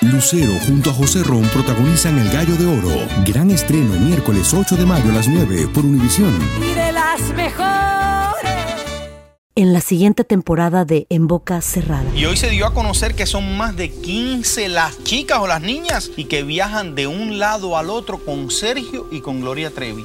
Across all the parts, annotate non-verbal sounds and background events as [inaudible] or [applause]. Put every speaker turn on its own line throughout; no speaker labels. Lucero junto a José Ron protagonizan El Gallo de Oro. Gran estreno miércoles 8 de mayo a las 9 por Univisión.
Y de las mejores.
En la siguiente temporada de En Boca Cerrada.
Y hoy se dio a conocer que son más de 15 las chicas o las niñas y que viajan de un lado al otro con Sergio y con Gloria Trevi.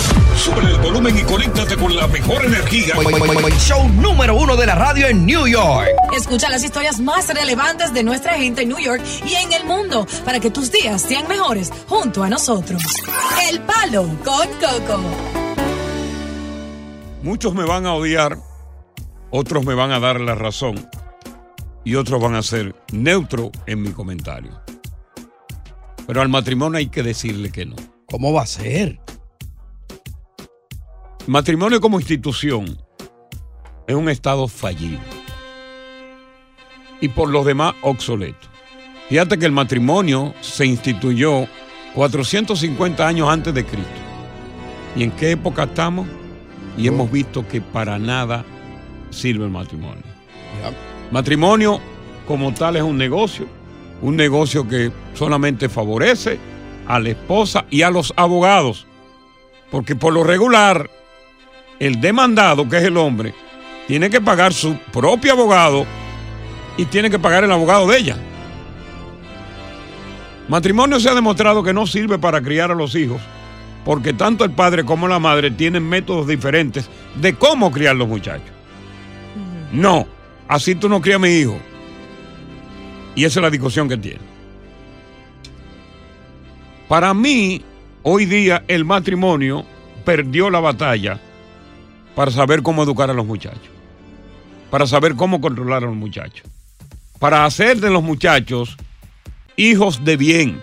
Sube el volumen y conéctate con la mejor energía.
Show número uno de la radio en New York.
Escucha las historias más relevantes de nuestra gente en New York y en el mundo para que tus días sean mejores junto a nosotros. El Palo con Coco.
Muchos me van a odiar, otros me van a dar la razón y otros van a ser neutro en mi comentario. Pero al matrimonio hay que decirle que no.
¿Cómo va a ser?
Matrimonio como institución es un estado fallido y por los demás obsoleto. Fíjate que el matrimonio se instituyó 450 años antes de Cristo. ¿Y en qué época estamos? Y hemos visto que para nada sirve el matrimonio. Matrimonio como tal es un negocio, un negocio que solamente favorece a la esposa y a los abogados, porque por lo regular el demandado, que es el hombre, tiene que pagar su propio abogado y tiene que pagar el abogado de ella. Matrimonio se ha demostrado que no sirve para criar a los hijos, porque tanto el padre como la madre tienen métodos diferentes de cómo criar los muchachos. No, así tú no crías a mi hijo. Y esa es la discusión que tiene. Para mí, hoy día el matrimonio perdió la batalla para saber cómo educar a los muchachos, para saber cómo controlar a los muchachos, para hacer de los muchachos hijos de bien.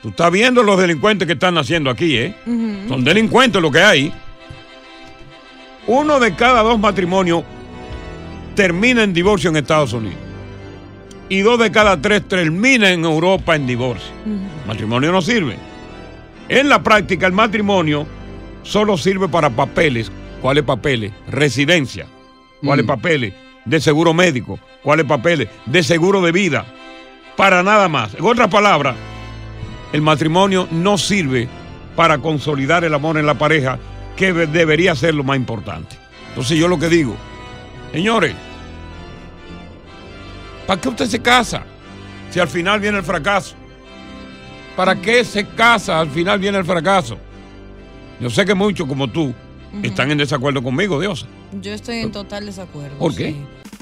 Tú estás viendo los delincuentes que están haciendo aquí, ¿eh?
Ujú.
Son delincuentes lo que hay. Uno de cada dos matrimonios termina en divorcio en Estados Unidos. Y dos de cada tres termina en Europa en divorcio. El matrimonio no sirve. En la práctica, el matrimonio solo sirve para papeles. ¿Cuáles papeles? Residencia. ¿Cuáles papeles? De seguro médico. ¿Cuáles papeles? De seguro de vida. Para nada más. En otras palabras, el matrimonio no sirve para consolidar el amor en la pareja, que de- debería ser lo más importante. Entonces yo lo que digo, señores, ¿para qué usted se casa si al final viene el fracaso? ¿Para qué se casa al final viene el fracaso? Yo sé que muchos como tú están en desacuerdo conmigo, Dios.
Yo estoy en total desacuerdo.
¿Por qué?
sí.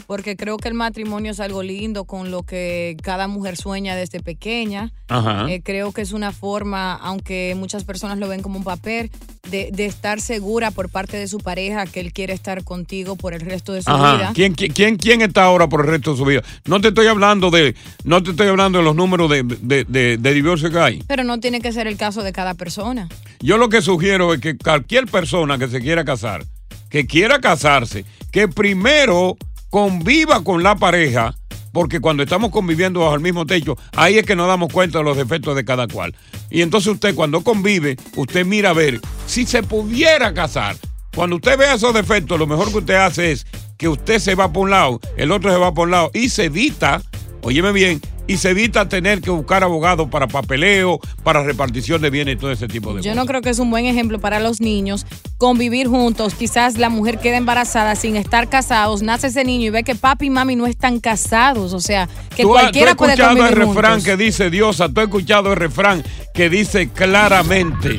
Porque creo que el matrimonio es algo lindo con lo que cada mujer sueña desde pequeña.
Ajá.
Eh, creo que es una forma, aunque muchas personas lo ven como un papel, de, de estar segura por parte de su pareja que él quiere estar contigo por el resto de su vida.
Ajá. ¿Quién, quién, quién, quién está ahora por el resto de su vida? No te estoy hablando de, no te estoy hablando de los números de, de, de- de divorcio que hay.
Pero no tiene que ser el caso de cada persona.
Yo lo que sugiero es que cualquier persona que se quiera casar, que quiera casarse, que primero conviva con la pareja, porque cuando estamos conviviendo bajo el mismo techo, ahí es que nos damos cuenta de los defectos de cada cual. Y entonces usted cuando convive, usted mira a ver si se pudiera casar. Cuando usted ve esos defectos, lo mejor que usted hace es que usted se va por un lado, el otro se va por un lado y se evita, óyeme bien, y se evita tener que buscar abogados para papeleo, para repartición de bienes y todo ese tipo de
Yo
cosas.
no creo que es un buen ejemplo para los niños convivir juntos. Quizás la mujer queda embarazada sin estar casados, nace ese niño y ve que papi y mami no están casados. O sea, que
¿Tú, has-
cualquiera
tú has
puede
escuchado
convivir
el refrán
juntos.
que dice Diosa, tú has escuchado el refrán que dice claramente,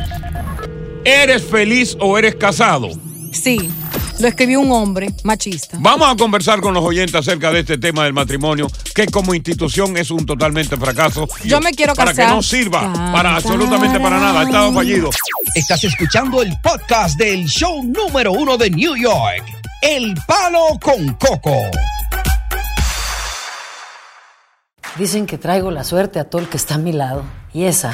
¿eres feliz o eres casado?
Sí, lo escribió un hombre machista.
Vamos a conversar con los oyentes acerca de este tema del matrimonio, que como institución es un totalmente fracaso.
Yo me quiero
Para
casar.
que Ah, no sirva para absolutamente para nada, ha estado fallido.
Estás escuchando el podcast del show número uno de New York, El Palo con Coco.
Dicen que traigo la suerte a todo el que está a mi lado. Y esa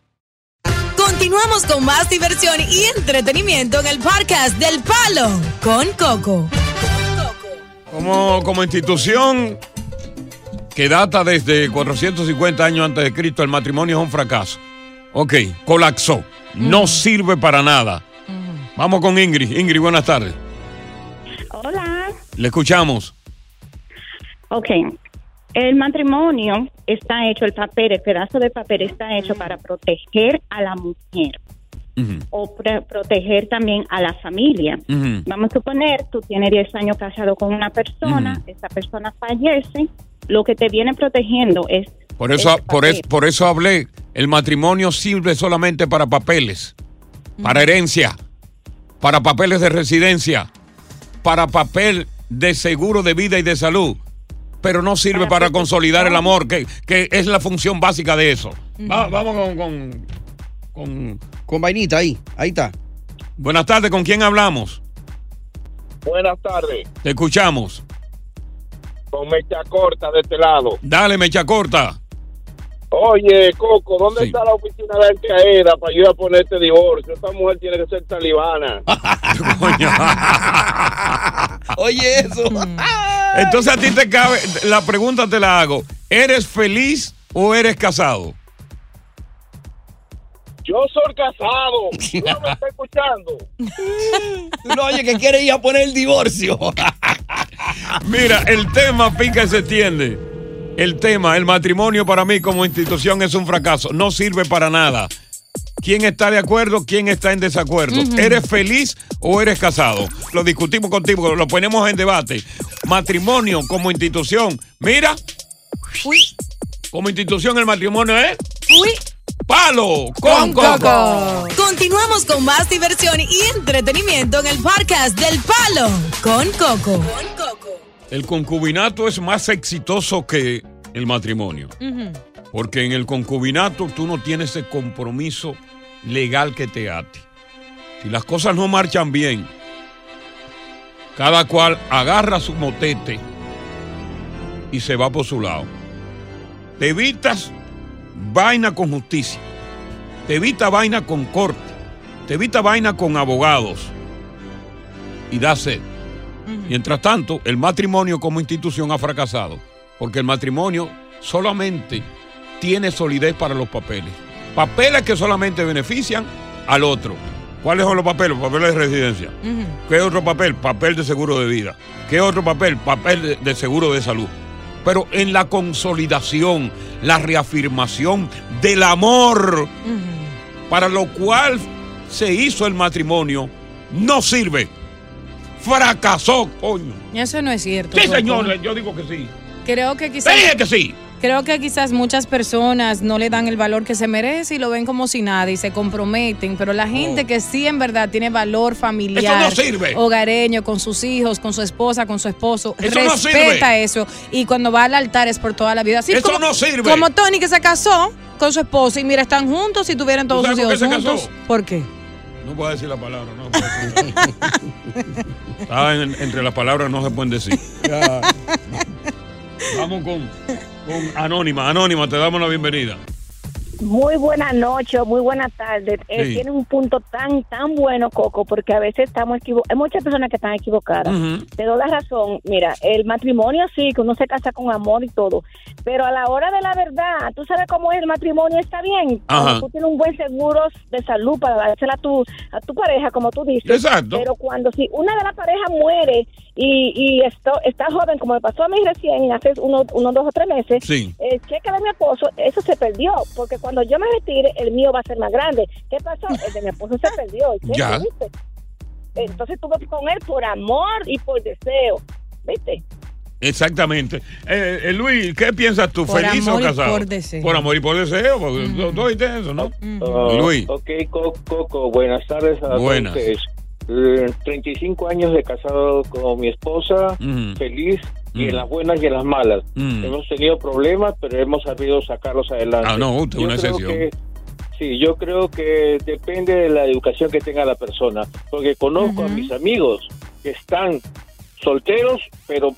Continuamos con más diversión y entretenimiento en el podcast del Palo con Coco.
Como, como institución que data desde 450 años antes de Cristo, el matrimonio es un fracaso. Ok, colapsó. No sirve para nada. Vamos con Ingrid. Ingrid, buenas tardes.
Hola.
Le escuchamos.
Ok. El matrimonio está hecho, el papel, el pedazo de papel está hecho para proteger a la mujer o pre- proteger también a la familia.
Mm.
Ujú.
Vamos a suponer, tú tienes 10 años casado con una persona, esa persona fallece, lo que te viene protegiendo es...
Por eso,
el
por,
papel.
es- por eso hablé. El matrimonio sirve solamente para papeles, para herencia, para papeles de residencia, para papel de seguro de vida y de salud. Pero no sirve para, consolidar el amor, que, que es la función básica de eso. Va- vamos con, con, con-
Con vainita ahí, ahí está.
Buenas tardes, ¿con quién hablamos?
Buenas tardes.
Te escuchamos.
Con mecha corta de este lado.
Dale, mecha corta.
Oye, Coco, ¿dónde
Sí.
está la oficina de Al Qaeda para ayudar a poner este divorcio? Esta mujer tiene que ser talibana.
Ah.
Oye, eso.
Entonces a ti te cabe, la pregunta te la hago. ¿Eres feliz o eres casado?
Yo soy
[laughs]
casado. No me está escuchando.
No, oye, que quiere ir a poner el divorcio.
[laughs] Mira, el tema pica y se extiende. El tema, el matrimonio para mí como institución es un fracaso. No sirve para nada. ¿Quién está de acuerdo? ¿Quién está en desacuerdo?
Ujú.
¿Eres feliz o eres casado? Lo discutimos contigo, lo ponemos en debate. Matrimonio como institución. Mira, como institución el matrimonio es palo con, coco.
Continuamos con más diversión y entretenimiento en el podcast del Palo con Coco.
El concubinato es más exitoso que el matrimonio. Porque en el concubinato tú no tienes el compromiso legal que te ate. Si las cosas no marchan bien, cada cual agarra su motete y se va por su lado. Te evitas vaina con justicia. Te evita vaina con corte. Te evita vaina con abogados. Y da sed. Mientras tanto, el matrimonio como institución ha fracasado, porque el matrimonio solamente tiene solidez para los papeles. Papeles que solamente benefician al otro. ¿Cuáles son los papeles? Los papeles de residencia. ¿Qué otro papel? Papel de seguro de vida. ¿Qué otro papel? Papel de, de seguro de salud. Pero en la consolidación, la reafirmación del amor, para lo cual se hizo el matrimonio, no sirve. Fracasó, coño.
Eso no es cierto.
Sí,
Coco.
señores, yo digo que sí.
Creo que quizás.
Dije que sí.
Creo que quizás muchas personas no le dan el valor que se merece y lo ven como si nada y se comprometen, pero la gente que sí en verdad tiene valor familiar,
Oh. Eso no sirve.
hogareño, con sus hijos, con su esposa, con su esposo,
Eso no sirve.
respeta eso y cuando va al altar es por toda la vida. Así
Eso
como,
no sirve.
Como Tony que se casó con su esposa y mira, están juntos y tuvieron todos
sabes
sus
por
hijos
qué se casó?
juntos. ¿Por qué?
No puedo decir la palabra, no. puedo decir la palabra.
[laughs]
Estaba en- entre las palabras no se pueden decir. Ya. Vamos con, con Anónima. Anónima, te damos la bienvenida.
Muy buenas noches, muy buenas tardes. Eh,
Sí.
tiene un punto tan, tan bueno, Coco, porque a veces estamos equivocados. Hay muchas personas que están equivocadas.
Ujú.
Te doy la razón. Mira, el matrimonio sí, que uno se casa con amor y todo. Pero a la hora de la verdad, tú sabes cómo es el matrimonio, está bien.
Ajá.
Cuando Tú tienes un buen seguro de salud para dársela a tu, a tu pareja, como tú dices.
Exacto.
Pero cuando si una de las parejas muere y, y esto, está joven, como me pasó a mí recién, hace unos uno, dos o tres meses,
Sí.
el cheque de mi esposo, eso se perdió, porque cuando yo me retire, el mío va a ser más grande. ¿Qué
[laughs]
pasó? El de mi esposo se perdió. el cheque,
Ya.
¿viste? Entonces estuve con él por amor y por deseo, ¿viste?
Exactamente. Eh, eh, Luis, ¿qué piensas tú?
Por
¿Feliz
amor
o
y
casado?
por deseo.
Por amor y por deseo. porque tú- tú oíste eso, ¿no?
Ah,
Luis.
Ok, Co- Coco, buenas tardes a
Buenas.
todos.
Eh, 35 años de casado con mi esposa,
Ujú.
feliz, y en
Ujú.
las buenas y en las malas.
Ujú.
Hemos tenido problemas, pero hemos sabido sacarlos adelante.
Ah, no, usted es
Yo
una
creo
excepción.
que- Sí, yo creo que depende de la educación que tenga la persona, porque conozco a mis amigos que están solteros, pero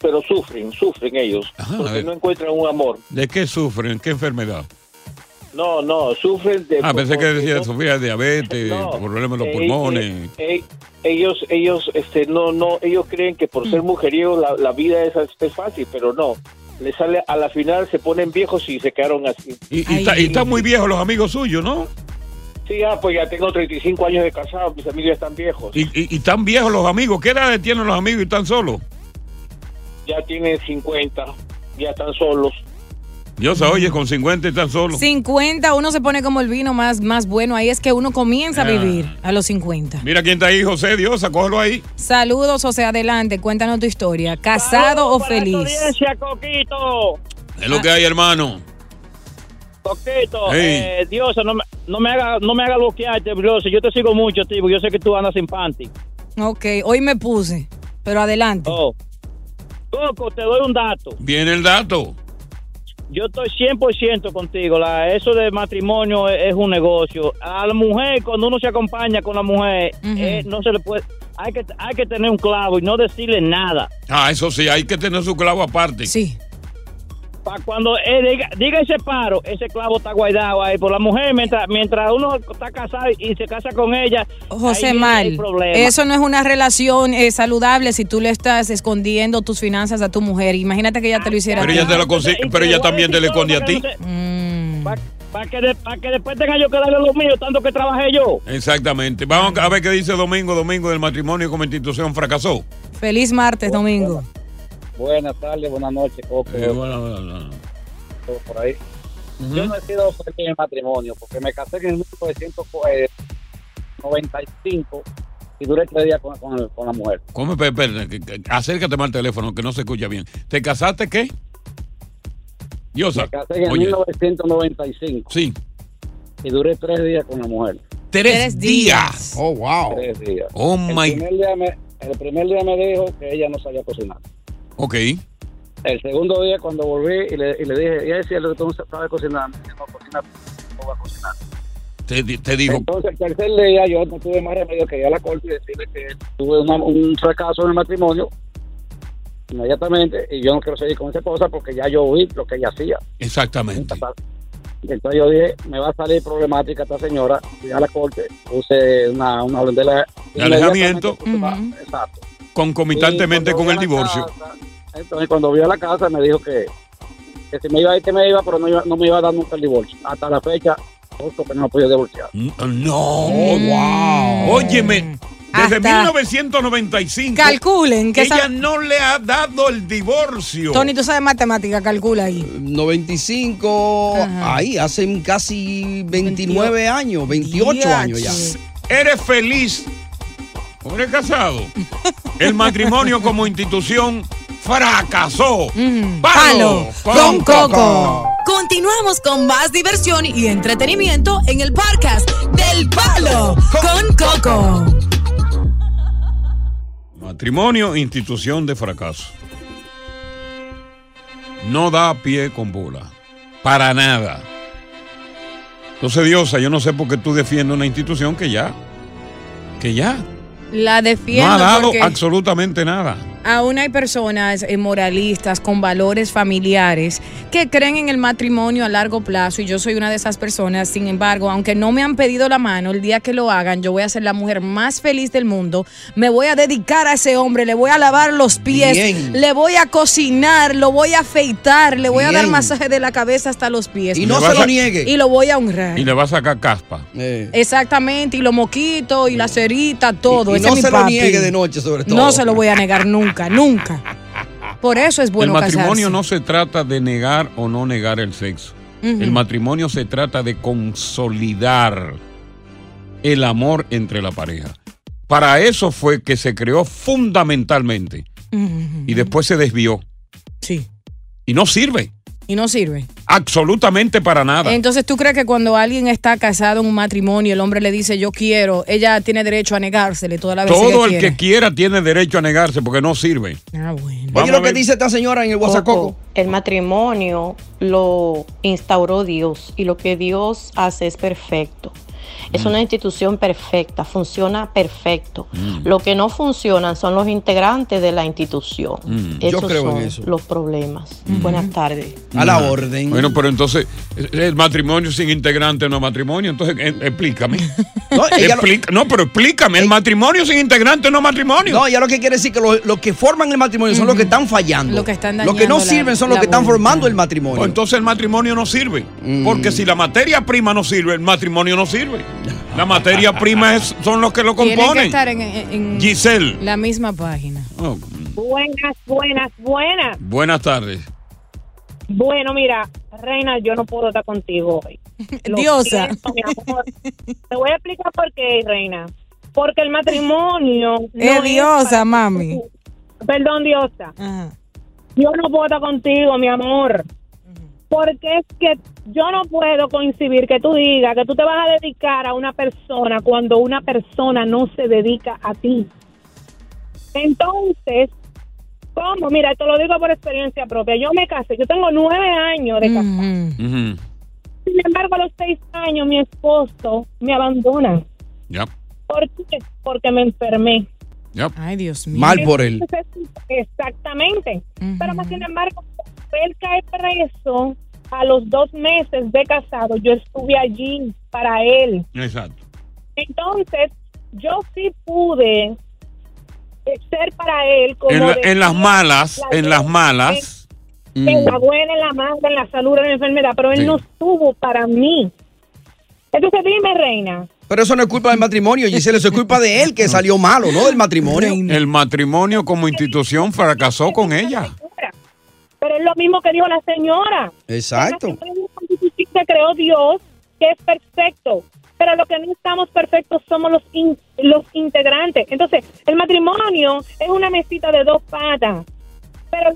pero sufren, sufren ellos,
a
porque
ver.
no encuentran un amor.
¿De qué sufren? ¿Qué enfermedad?
No, no, sufren de...
Ah, pensé que
porque
decía
no-
Sofía diabetes,
No.
problemas de los
Eh,
pulmones.
eh, eh, ellos, ellos, este, no, no, ellos creen que por
Mm.
ser mujeriego la, la vida es, es fácil, pero no. Le sale a la final, se ponen viejos y se quedaron así.
Y, y está- y están muy viejos los amigos suyos, ¿no?
Sí, ah, pues ya tengo 35 años de casado, mis amigos ya están viejos.
Y, y- y están viejos los amigos. ¿Qué edad tienen los amigos y están solos?
Ya tienen 50, ya están solos.
Yo se oye con 50 y están solos.
50, uno se pone como el vino más, más bueno. Ahí es que uno comienza a
Ah.
vivir a los 50.
Mira quién está ahí, José Diosa, cógelo ahí.
Saludos, o sea, adelante, cuéntanos tu historia. ¿Casado o feliz?
Coquito.
Es lo que hay, hermano.
Coquito,
Hey.
eh, Dios, no me, no me haga, no me haga bloquearte, Dios. Yo te sigo mucho, tío. Yo sé que tú andas sin panty.
Ok, hoy me puse, pero adelante.
Oh. Coco, te doy un dato.
Viene el dato.
Yo estoy 100% contigo. La, eso de matrimonio e, es, es un negocio. A la mujer, cuando uno se acompaña con la mujer, eh, no se le puede. Hay que, hay que tener un clavo y no decirle nada.
Ah, eso sí, hay que tener su clavo aparte.
Sí.
Para cuando eh, diga, diga ese paro, ese clavo está guardado ahí por la mujer mientras mientras uno está casado y se casa con ella.
José
ahí viene el
Mal,
problema.
eso no es una relación eh, saludable si tú le estás escondiendo tus finanzas a tu mujer. Imagínate que ella te lo hiciera.
Pero
a ti.
ella, te lo consi- pero ella también te le esconde a ti.
Mm.
Para que, de- pa' que después tenga yo que darle lo mío, tanto que trabajé yo.
Exactamente. Vamos a ver qué dice Domingo. Domingo del matrimonio como institución fracasó.
Feliz martes, domingo.
Buenas tardes, buenas noches, Coco.
Eh, bueno, bueno, bueno.
Todo por ahí. Yo no he sido feliz en el matrimonio porque me casé en 1995 y duré tres días con, con- con la mujer.
¿Cómo? Espera, espera, que- que- acércate más al teléfono que no se escucha bien. ¿Te casaste qué? Diosa.
Me casé en
oye,
1995
sí.
y duré tres días con la mujer.
Tres, días.
Oh, wow. Tres días.
Oh,
el
my-
Primer día me, el primer día me dijo que ella no sabía cocinar.
Ok.
El segundo día cuando volví y le, y le dije, ella decía que tú no sabes cocinar, me dijo, no cocina, no va a cocinar.
Te, di- te digo.
Entonces, el tercer día yo no tuve más remedio que ir a la corte y decirle que tuve una- un fracaso en el matrimonio inmediatamente y yo no quiero seguir con esa cosa porque ya yo vi lo que ella hacía.
Exactamente.
Entonces yo dije, me va a salir problemática esta señora, fui a la corte, puse una, una orden de, la,
De alejamiento.
Ujú. Exacto.
Concomitantemente
Y cuando
con el
voy a la
divorcio.
Entonces cuando vio a la casa me dijo que, que si me iba a ir, que me iba, pero no, iba- no me iba a dar nunca el divorcio. Hasta la fecha, justo que no me podía divorciar.
No, wow. Óyeme, desde 1995.
Calculen que
ella
esa-
no le ha dado el divorcio.
Tony, tú sabes matemática, calcula ahí.
95,
Ajá.
ahí, hacen casi 29 años, 28 años ya.
¿Eres feliz o eres casado? El matrimonio como institución fracasó.
Palo con Coco. Continuamos con más diversión y entretenimiento en el podcast del Palo con Coco.
Matrimonio, institución de fracaso. No da pie con bola. Para nada. Entonces, Diosa, yo no sé por qué tú defiendes una institución que ya, que ya
La
no
defiendo
ha dado
porque
absolutamente nada.
aún hay personas eh, moralistas con valores familiares que creen en el matrimonio a largo plazo y yo soy una de esas personas. Sin embargo, aunque no me han pedido la mano, el día que lo hagan, yo voy a ser la mujer más feliz del mundo. Me voy a dedicar a ese hombre, le voy a lavar los pies,
Bien.
le voy a cocinar, lo voy a afeitar, le voy a dar
Bien.
masaje de la cabeza hasta los pies.
Y no
Le se vas lo a-
niegue.
Y lo voy a honrar.
Y le va a sacar caspa.
Eh. Exactamente, y los moquitos y la cerita, todo.
Y
Ese
no
es mi
se lo
papi.
niegue de noche, sobre todo.
No se lo voy a negar nunca, nunca. Por eso es bueno
el matrimonio
casarse.
no se trata de negar o no negar el sexo.
Ujú.
El matrimonio se trata de consolidar el amor entre la pareja. Para eso fue que se creó fundamentalmente
Ujú.
y después se desvió.
Sí.
Y no sirve.
Y no sirve.
Absolutamente para nada.
Entonces, ¿tú crees que cuando alguien está casado en un matrimonio, el hombre le dice yo quiero, ella tiene derecho a negársele toda la vez
Todo el
quiere?
que quiera tiene derecho a negarse porque no sirve.
Ah, bueno.
Vamos
Oye, lo
a
que
ver.
dice esta señora en el WhatsApp, Coco.
El matrimonio lo instauró Dios y lo que Dios hace es perfecto.
Mm.
Es una institución perfecta, funciona perfecto.
Mm.
Lo que no funcionan son los integrantes de la institución.
Mm. Yo
Esos
creo en
son
eso. Mm.
los problemas. Buenas tardes.
A la orden.
Mm. Bueno, pero entonces, el matrimonio sin integrante no es matrimonio. Entonces, eh, explícame. [laughs]
No, ella lo- Eh,
Explica- no, pero explícame. El matrimonio sin integrante no es matrimonio.
No, ya lo que quiere decir que los los que forman el matrimonio son los que están fallando.
Los que están
Los que
dañando
no
la-
sirven son los
la
que están
voluntad.
formando el matrimonio. Mm.
Pues entonces el matrimonio no sirve. Porque si la materia prima no sirve, el matrimonio no sirve. La materia prima es- son los que lo
Tiene que
componen.
estar en, en- en
Giselle.
la misma página.
Oh,
Buenas, buenas, buenas.
buenas tardes.
Bueno, mira, Reina, yo no puedo estar contigo
[laughs]
hoy. Lo
Diosa.
siento, mi amor. Te voy a explicar por qué, Reina. Porque el matrimonio. no
[laughs] Es
es
diosa,
para-
mami.
Perdón, Diosa. Yo no puedo estar contigo, mi amor. Porque es que yo no puedo coincidir que tú digas que tú te vas a dedicar a una persona cuando una persona no se dedica a ti. Entonces, ¿cómo? Mira, te lo digo por experiencia propia. Yo me casé, yo tengo nueve años de casada.
Mm-hmm.
Sin embargo, a los seis años mi esposo me abandona.
Ya,
¿Por qué? Porque me enfermé.
ya.
Ay, Dios mío.
Entonces, [laughs] Exactamente. Pero más sin embargo, él cae preso a los dos meses de casado. Yo estuve allí para él.
Exacto.
Entonces, yo sí pude eh, ser para él como
En, la-
de-
en las malas,
la-
en las malas. Mm.
en la buena, en la mala, en la salud, en la enfermedad, pero él
Sí.
no estuvo para mí. Entonces dime, reina,
Pero eso no es culpa del matrimonio, Giselle, eso es culpa
[laughs]
de él que salió malo, ¿no? Del matrimonio.
El matrimonio como institución fracasó con ella.
pero es lo mismo que dijo la señora.
Exacto.
Se creó Dios, que es perfecto, pero lo que no estamos perfectos somos los, in- los integrantes. Entonces, el matrimonio es una mesita de dos patas, pero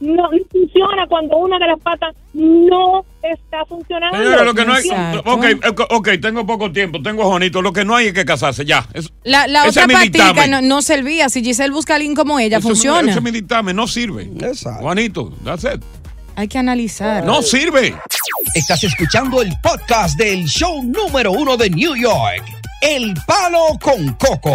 no, no funciona cuando una de las patas no está funcionando.
Señora, lo que no hay.
Exacto.
Ok, ok, tengo poco tiempo, tengo a Juanito. Lo que no hay es que casarse, ya. Es-
La, la
ese
otra
es mi
patica
dictamen.
no, no servía. Si Giselle busca a alguien como ella,
Ese es mi-
funciona.
ese es mi dictamen, no sirve. Juanito, that's it.
Hay que analizar.
No sirve.
Estás escuchando el podcast del show número uno de New York, El Palo con Coco.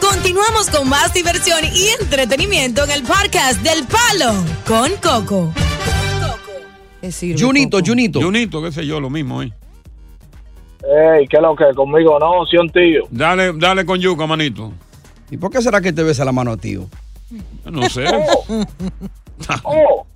Continuamos con más diversión y entretenimiento en el podcast del Palo con Coco.
Junito, Junito.
Junito, qué sé yo, lo mismo, ¿eh?
Ey, ¿qué es lo que? Conmigo no, si un tío.
Dale, dale con yuca, manito.
¿Y por qué será que te besa la mano a tío?
No sé. [laughs]
Oh,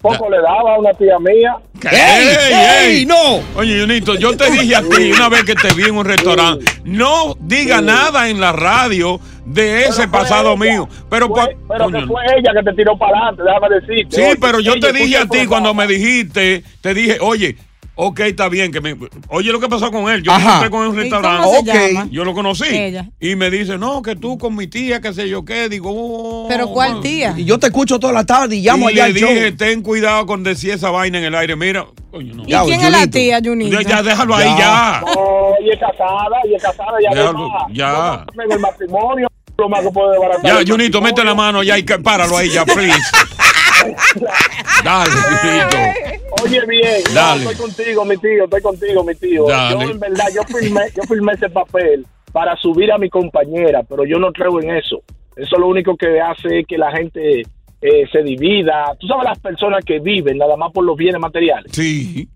poco le daba a una tía mía.
¡Ey, ey!
¡No!
Oye, Junito, yo te dije a ti una vez que te vi en un restaurante, no diga nada en la radio de ese pasado mío. Pero, pa-
Pero
coño,
que fue ella que te tiró para adelante, déjame decirte.
Sí,
Oye,
pero yo
ella
te dije a
escucha
ti
el
cuando me dijiste, te dije, oye, ok, está bien, que me... Oye lo que pasó con él, yo me
Ajá.
encontré con él en un
¿Y cómo
restaurante,
se Ok. llama?
yo lo conocí,
Ella.
y me dice, no, que tú con mi tía, que sé yo qué, digo, oh,
¿cuál tía?
Y yo te escucho toda la tarde y llamo
y
allá
le
al show.
dije, ten cuidado con decir esa vaina en el aire, mira, coño, no.
¿Y quién es la tía, Junito?
Ya, ya, déjalo ahí,
papá.
ya.
No, ella Oh, es casada, ella es casada, ya
Déjalo,
no más.
ya.
En el matrimonio, lo más que puede desbaratar.
Ya, Junito, mete la mano ya y que- páralo ahí,
[laughs]
ya, please. Dale, Junito.
Oye, bien, no,
Dale.
estoy contigo, mi tío, estoy contigo, mi tío.
Dale.
Yo, en verdad, yo firmé, yo firmé ese papel para subir a mi compañera, pero yo no creo en eso. Eso lo único que hace es que la gente eh, se divida. Tú sabes las personas que viven nada más por los bienes materiales.
Sí.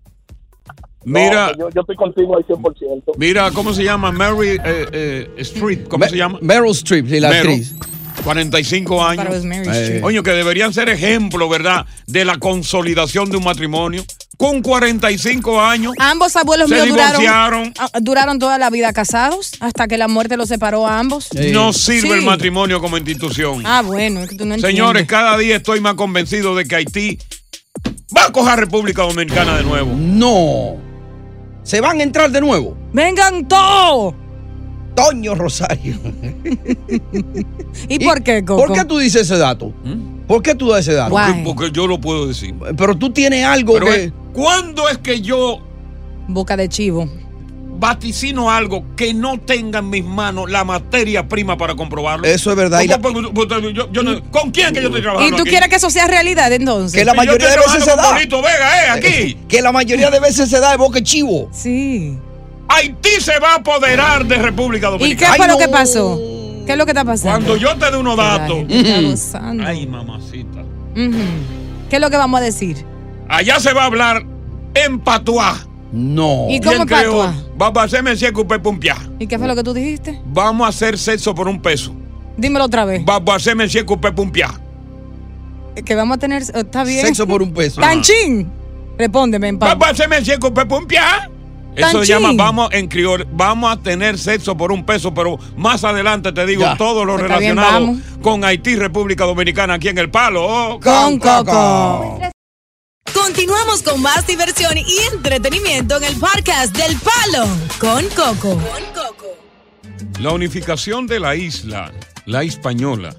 No,
Mira,
yo, yo estoy contigo al 100%.
Mira, ¿cómo se llama? Mary eh, eh, Street, ¿cómo se llama?
Meryl Streep, sí, la
Meryl.
actriz.
45 años.
Para los marriage
Eh.
children.
Oye, que deberían ser ejemplo, ¿verdad? De la consolidación de un matrimonio. Con 45 años.
Ambos abuelos
Se
míos duraron,
divorciaron.
ah, duraron toda la vida casados hasta que la muerte los separó a ambos.
No sirve
Sí.
el matrimonio como institución.
Ah, bueno, es que tú no entiendes.
Señores, cada día estoy más convencido de que Haití va a coger República Dominicana de nuevo.
No. Se van a entrar de nuevo.
¡Vengan todos!
Toño Rosario.
¿Y por qué, Coco?
¿Por qué tú dices ese dato?
¿Mm?
¿Por qué tú das ese dato?
Guay.
Porque yo lo puedo decir.
Pero tú tienes algo
Pero
que.
es- ¿Cuándo es que yo
Boca de chivo.
vaticino algo que no tenga en mis manos la materia prima para comprobarlo?
Eso es verdad, y la-
Porque- porque- porque yo- yo no- ¿Con quién que yo estoy
¿Y
trabajando?
tú
aquí?
quieres que eso sea realidad entonces?
Que la mayoría de veces se da.
Lito Vega, eh, aquí.
Que la mayoría de veces se da de boca y chivo.
Sí.
Haití se va a apoderar de República
¿Y
Dominicana.
qué fue lo que pasó? Eh, ¿Qué es lo que está pasando?
Cuando yo te dé unos datos.
está gozando.
Ay, mamacita.
Ujú. ¿Qué es lo que vamos a decir?
Allá se va a hablar en patuá.
No.
¿Y cómo patuá?
Vamos a hacerme si cupé pumpiá.
¿Y qué fue lo que tú dijiste?
Vamos a hacer sexo por un peso.
Dímelo otra vez.
Vamos a hacerme si cupé pumpiá.
Que vamos a tener. eh, ¿Está bien?
Sexo por un peso.
¡Tanchín! Respóndeme, en paz.
Vamos Ah. a hacerme si cupé pumpiá. Eso se
Tanchín.
llama, vamos en criol, vamos a tener sexo por un peso, pero más adelante te digo
Ya.
todo lo
Está bien,
relacionado
vamos.
con Haití, República Dominicana, aquí en El Palo. Oh,
Con Coco.
Continuamos con más diversión y entretenimiento en el podcast del Palo con Coco. [laughs]
La unificación de la isla, la española,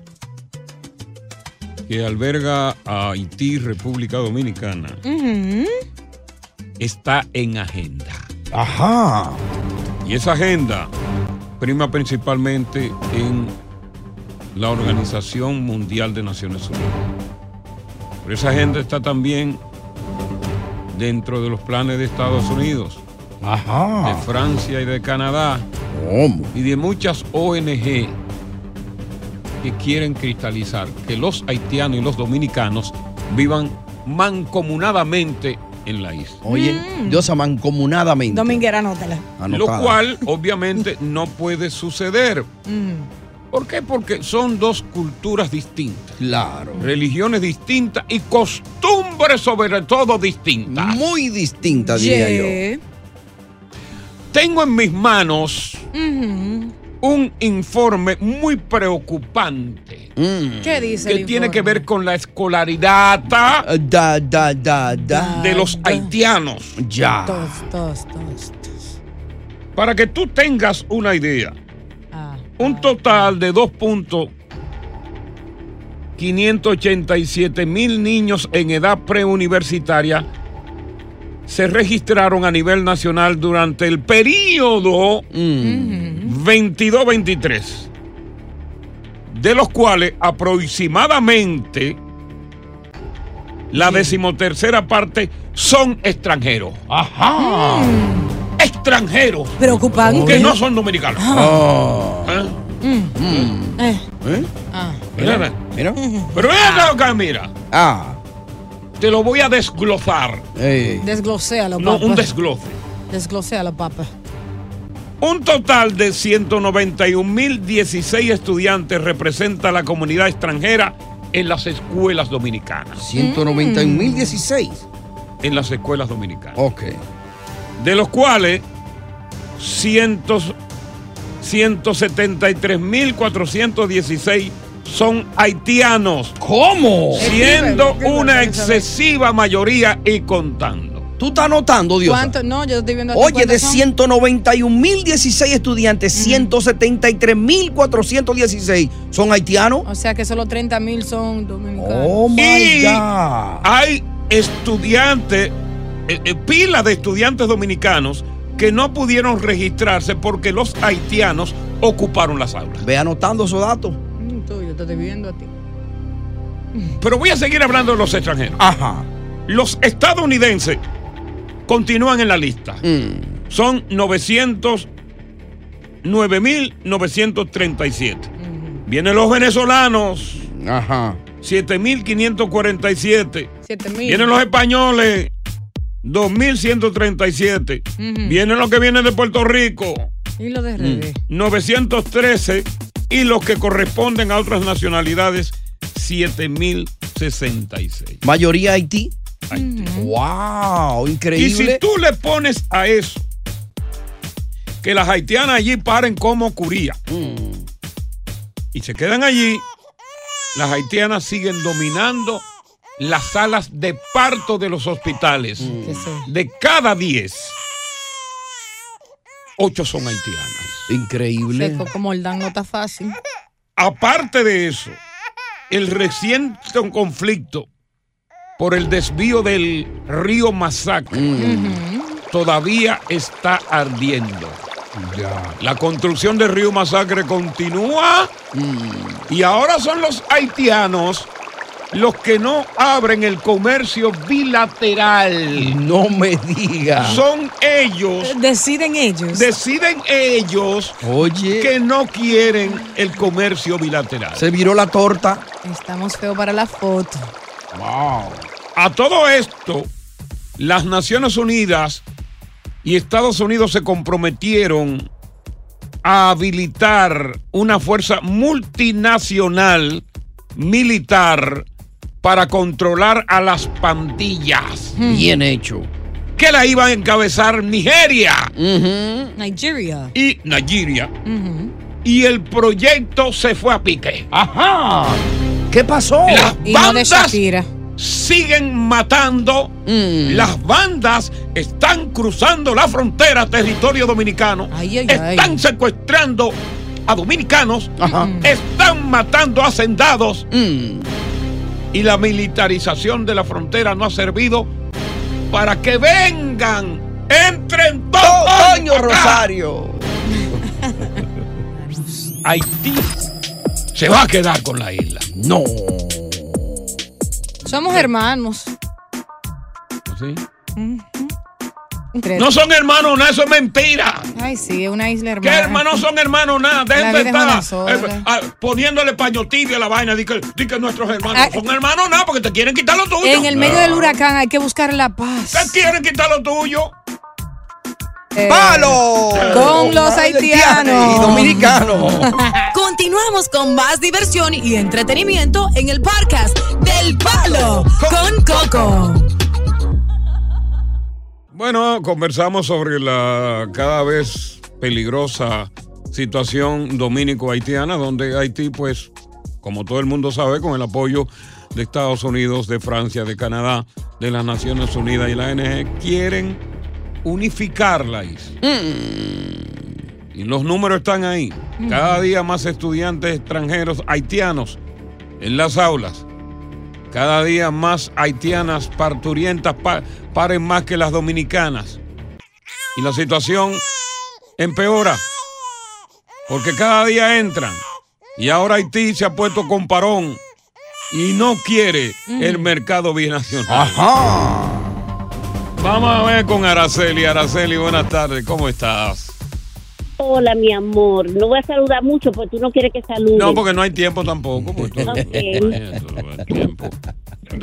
que alberga a Haití, República Dominicana, está en agenda.
Ajá.
Y esa agenda prima principalmente en la Organización Mundial de Naciones Unidas. Pero esa agenda está también dentro de los planes de Estados Unidos, de
Ajá.
Francia y de Canadá
Ah. ¿Cómo?
y de muchas ONG que quieren cristalizar que los haitianos y los dominicanos vivan mancomunadamente en la isla.
Oye, Dios amancomunadamente.
Mm. Dominguera, anótala.
Lo cual obviamente no puede suceder.
Mm.
¿Por qué? Porque son dos culturas distintas.
Claro.
Religiones distintas y costumbres sobre todo distintas.
Muy distinta, diría yo.
Tengo en mis manos
Mm.
un informe muy preocupante.
Mm.
¿Qué dice
Que
el
tiene
informe?
que ver con la escolaridad ah,
Da, da, da, da.
de los haitianos.
Ya.
Tos, tos, tos, tos.
Para que tú tengas una idea, un total de 2.587 mil niños en edad preuniversitaria se registraron a nivel nacional durante el periodo 22-23, de los cuales aproximadamente la decimotercera parte son extranjeros. Ajá. Extranjeros.
Preocupante.
Que no son dominicanos. ¿Eh?
Mm. Eh.
¿Eh?
Ah.
Mira,
mira.
Pero mira acá, mira.
Ah.
Te lo voy a desglosar.
Desgloséalo,
No,
papá.
un desglose.
Desgloséalo, papá.
Un total de 191.016 estudiantes representa la comunidad extranjera en las escuelas dominicanas.
191.016.
En las escuelas dominicanas.
Ok.
De los cuales cientos- 173.416 son haitianos.
¿Cómo?
Siendo una excesiva mayoría y contando.
¿Tú estás notando, Dios?
¿Cuánto? No, yo estoy viendo aquí
Oye, de
cuántos son. Mm.
191.016 estudiantes, 173.416 son haitianos.
O sea que solo 30 mil son dominicanos.
Oh my
Y
God.
hay estudiantes, eh, eh, pila de estudiantes dominicanos que no pudieron registrarse porque los haitianos ocuparon las aulas.
Ve anotando esos datos.
Oh.
Mm, Tú, yo te estoy viendo a ti.
Pero voy a seguir hablando de los extranjeros.
Ajá.
Los estadounidenses continúan en la lista.
Mm.
Son 900 9.937. Vienen los venezolanos,
Ajá.
7.547.
7 mil.
Vienen los españoles, 2137.
Ujú.
Mm.
Vienen los que vienen de Puerto Rico,
Y lo de redes.
913. y los que corresponden a otras nacionalidades, 7066.
Mayoría Haití.
Mm-hmm.
¡Wow!
increíble.
Y si tú le pones a eso que las haitianas allí paren como curía y se quedan allí, las haitianas siguen dominando las salas de parto de los hospitales. De cada 10, 8 son haitianas.
Increíble.
Seco como el Dan no está fácil.
Aparte de eso, el reciente conflicto por el desvío del río Masacre
Mm.
todavía está ardiendo. La construcción del río Masacre continúa
Mm.
y ahora son los haitianos los que no abren el comercio bilateral.
No me digas.
Son ellos.
Eh, Deciden ellos.
Deciden ellos
Oye.
que no quieren el comercio bilateral.
Se viró la torta.
Estamos feo para la foto.
Wow. A todo esto, las Naciones Unidas y Estados Unidos se comprometieron a habilitar una fuerza multinacional militar para controlar a las pandillas.
Bien hecho.
Que la iba a encabezar Nigeria
Nigeria.
y Nigeria. Y el proyecto se fue a pique. Ajá.
¿Qué pasó?
Las
Y no de
bandas
Shakira. Mm.
siguen matando. Las bandas están cruzando la frontera, territorio dominicano. están secuestrando a dominicanos. Mm. Están matando hacendados.
Mm.
Y la militarización de la frontera no ha servido para que vengan. Entren todos.
Toño Rosario.
Haití se va a quedar con la isla. No.
Somos hermanos. Tres.
No son hermanos, nada, eso es mentira.
Ay, sí, es una isla
¿Qué
hermana.
hermanos son hermanos?
La
Nada, dejen de
vida es una
estar
sola.
eh, ah, poniéndole paño tibio a la vaina. Di que, di que nuestros hermanos
Ah,
son hermanos, nada, porque te quieren quitar lo tuyo.
En el medio
Ah.
del huracán hay que buscar la paz.
Te quieren quitar lo tuyo.
Eh,
¡Palo!
Con los
Y
haitianos.
[laughs]
dominicanos.
Continuamos con más diversión y entretenimiento en el podcast del Palo con Coco.
Bueno, conversamos sobre la cada vez peligrosa situación dominico-haitiana, donde Haití, pues, como todo el mundo sabe, con el apoyo de Estados Unidos, de Francia, de Canadá, de las Naciones Unidas y la ONG, quieren unificar la isla. Y los números están ahí. Cada día más estudiantes extranjeros haitianos en las aulas. Cada día más haitianas parturientas pa- paren más que las dominicanas. Y la situación empeora. Porque cada día entran. Y ahora Haití se ha puesto con parón. Y no quiere el mercado binacional. Vamos a ver con Araceli. Araceli, buenas tardes. ¿Cómo estás?
Hola, mi amor. No voy a saludar mucho porque tú no quieres que salude.
No, porque no hay tiempo tampoco. pues, tú-
Ok.
no hay tiempo.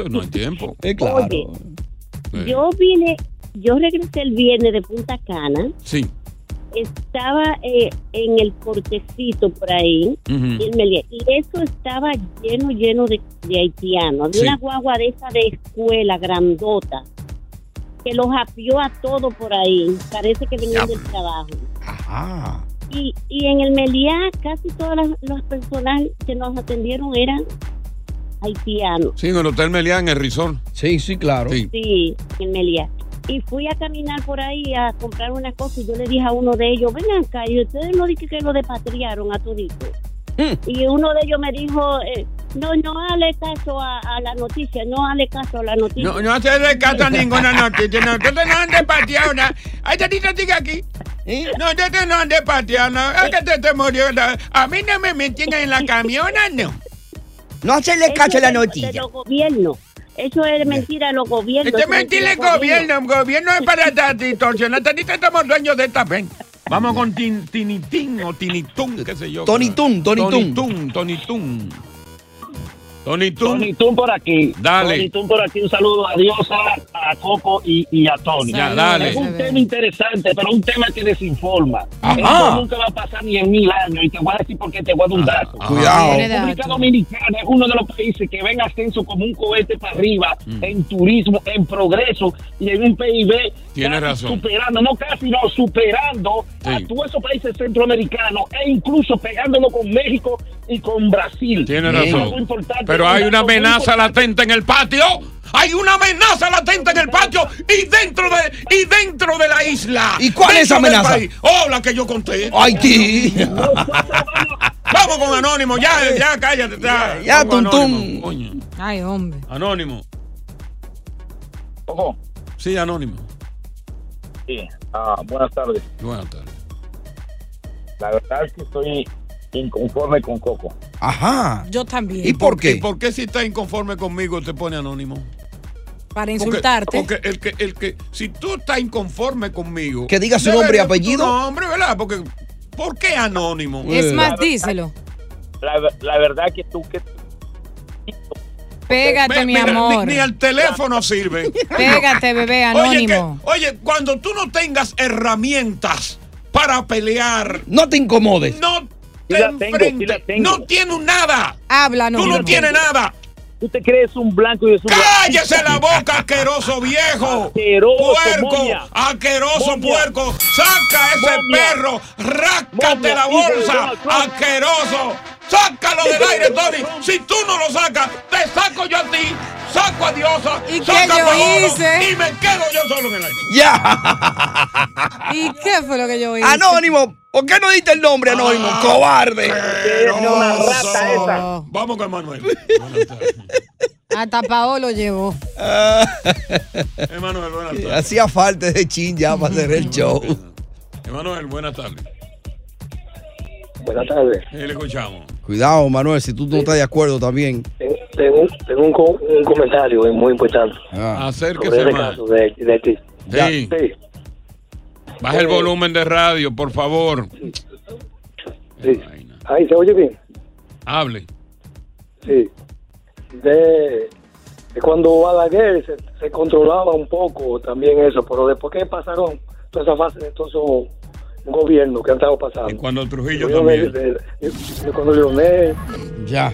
No hay tiempo.
Oye, yo vine, yo regresé el viernes de Punta Cana.
Sí.
Estaba eh, en el cortecito por ahí,
Ujú.
en Meliá, y eso estaba lleno, lleno de, de haitianos. Había
Sí.
una guagua de esa de escuela grandota que los apió a todos por ahí. Parece que venían del trabajo.
Ajá.
Y, y en el Meliá casi todas las, las personas que nos atendieron eran haitianos.
Sí, en el Hotel Meliá, en el Rizón.
Sí, sí, claro.
Sí.
Sí, en Meliá. Y fui a caminar por ahí a comprar unas cosas y yo le dije a uno de ellos, vengan acá, y ustedes no dije que lo depatriaron a todito.
Mm.
Y uno de ellos me dijo, eh, no, no hale caso a, a la noticia, no hale caso a la noticia.
No, no se le cata ninguna noticia. No, que te no andes pateando. Ay, tatita, sigue aquí.
¿Eh?
No, yo te no andes pateando. Ay, que te, te murió. la- A mí no me meten en la camiona, no.
No se le
Eso es de- De los gobiernos. Eso es mentira de los gobiernos.
Este
Eso es
mentira el
de los
gobierno. El gobierno es para ta- distorsionar. Tatita, estamos dueños de esta pen. Vamos con tin, Tinitín o Tinitún, qué sé yo.
Tony Tun, Tony Tun.
Tun, Tony Tun. Tony Tun.
Tony Tun por aquí.
Dale.
Tony Tun por aquí. Un saludo a Diosa, a
a Coco y, y a Tony.
Ya, dale.
Es un tema interesante, pero un tema que desinforma.
Ajá.
Esto nunca va a pasar ni en mil años. Y te voy a decir por qué te voy a dar un dato.
Ah, cuidado.
La República Dominicana es uno de los países que ven ascenso como un cohete para arriba
Mm.
en turismo, en progreso y en un PIB
Tienes
casi
razón.
superando, no casi, no superando a
Sí.
todos esos países centroamericanos e incluso pegándolo con México y con Brasil.
Tiene
Es
razón.
algo importante,
Pero
un
hay una
dato muy
amenaza latente en el patio. Hay una amenaza latente en el patio y dentro de y dentro de la isla.
¿Y cuál es
Dentro
esa
del
amenaza?
país.
[laughs]
Oh, la que yo conté.
Haití.
Vamos con Anónimo, ya, ya, cállate. Ya,
Ya,
Vamos,
tuntún.
Anónimo, coño.
Ay, hombre.
Anónimo. Sí, Anónimo.
Sí, ah, buenas tardes.
Buenas tardes.
La verdad es que estoy inconforme con Coco.
Ajá.
Yo también.
¿Y por qué si está inconforme conmigo te pone anónimo?
Para
Porque-
insultarte.
Porque, el que, el que, si tú estás inconforme conmigo.
Que diga su nombre y apellido.
No, hombre, ¿verdad? Porque, ¿por qué anónimo?
Es más, díselo.
La, ver- la verdad que tú que
Pégate,
Ve-
mi
mira, ni-
amor.
Ni, al teléfono sirve.
Pégate, bebé
Oye, que-
anónimo.
oye, cuando tú no tengas herramientas para pelear.
No te incomodes.
No
Sí
te
la tengo, sí la
enfrentes.
tengo.
No tienes nada.
Ah,
Habla,
Tú no
anónimo.
tienes nada.
tú te crees un blanco y es un
¡Cállese la boca, asqueroso viejo!
Asqueroso,
¡Puerco!
momia.
¡Asqueroso
Momia.
puerco! ¡Saca ese
Momia.
perro! ¡Ráscate
Momia,
la
hijo de
bolsa!
Donald Trump.
¡Asqueroso! ¡Sácalo
[laughs]
del aire, Tony! Si tú no lo sacas, te saco yo a ti, saco a Diosa,
¿Y qué
saco a
yo
Paolo,
hice?
y me quedo yo solo en el aire.
¿Y qué fue lo que yo hice?
Anónimo, ¿por qué no diste el nombre, Anónimo?
Ah,
Cobarde. [laughs]
Vamos con Emanuel.
Hasta Paolo llevó.
Ah. [laughs]
Emanuel, buenas tardes.
Hacía falta ese chin ya para hacer
Mm.
el show.
Emanuel, buenas tardes.
Buenas tardes.
Eh, le escuchamos.
Cuidado, Manuel, si tú no estás de acuerdo también.
Tengo, un- tengo un, co- un comentario muy importante.
Ah.
Acérquese
sobre ese
más.
caso de, de ti. Ya,
Sí. Baja el volumen de radio, por favor.
sí. Ahí se oye bien.
Hable.
Sí. De, de cuando Balaguer se, se controlaba un poco también eso, pero después que pasaron toda esa fase de todos esos gobiernos que han estado pasando.
Cuando Trujillo
Yo de-
también.
de- de- de cuando Leonel,
Ya.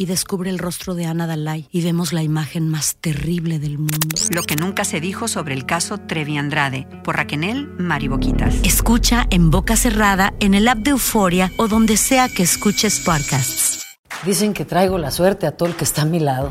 Y descubre el rostro de Ana Dalai y vemos la imagen más terrible del mundo.
Lo que nunca se dijo sobre el caso Trevi Andrade por Raquenel Mariboquitas.
Escucha en boca cerrada, en el app de Euforia o donde sea que escuches podcasts.
Dicen que traigo la suerte a todo el que está a mi lado.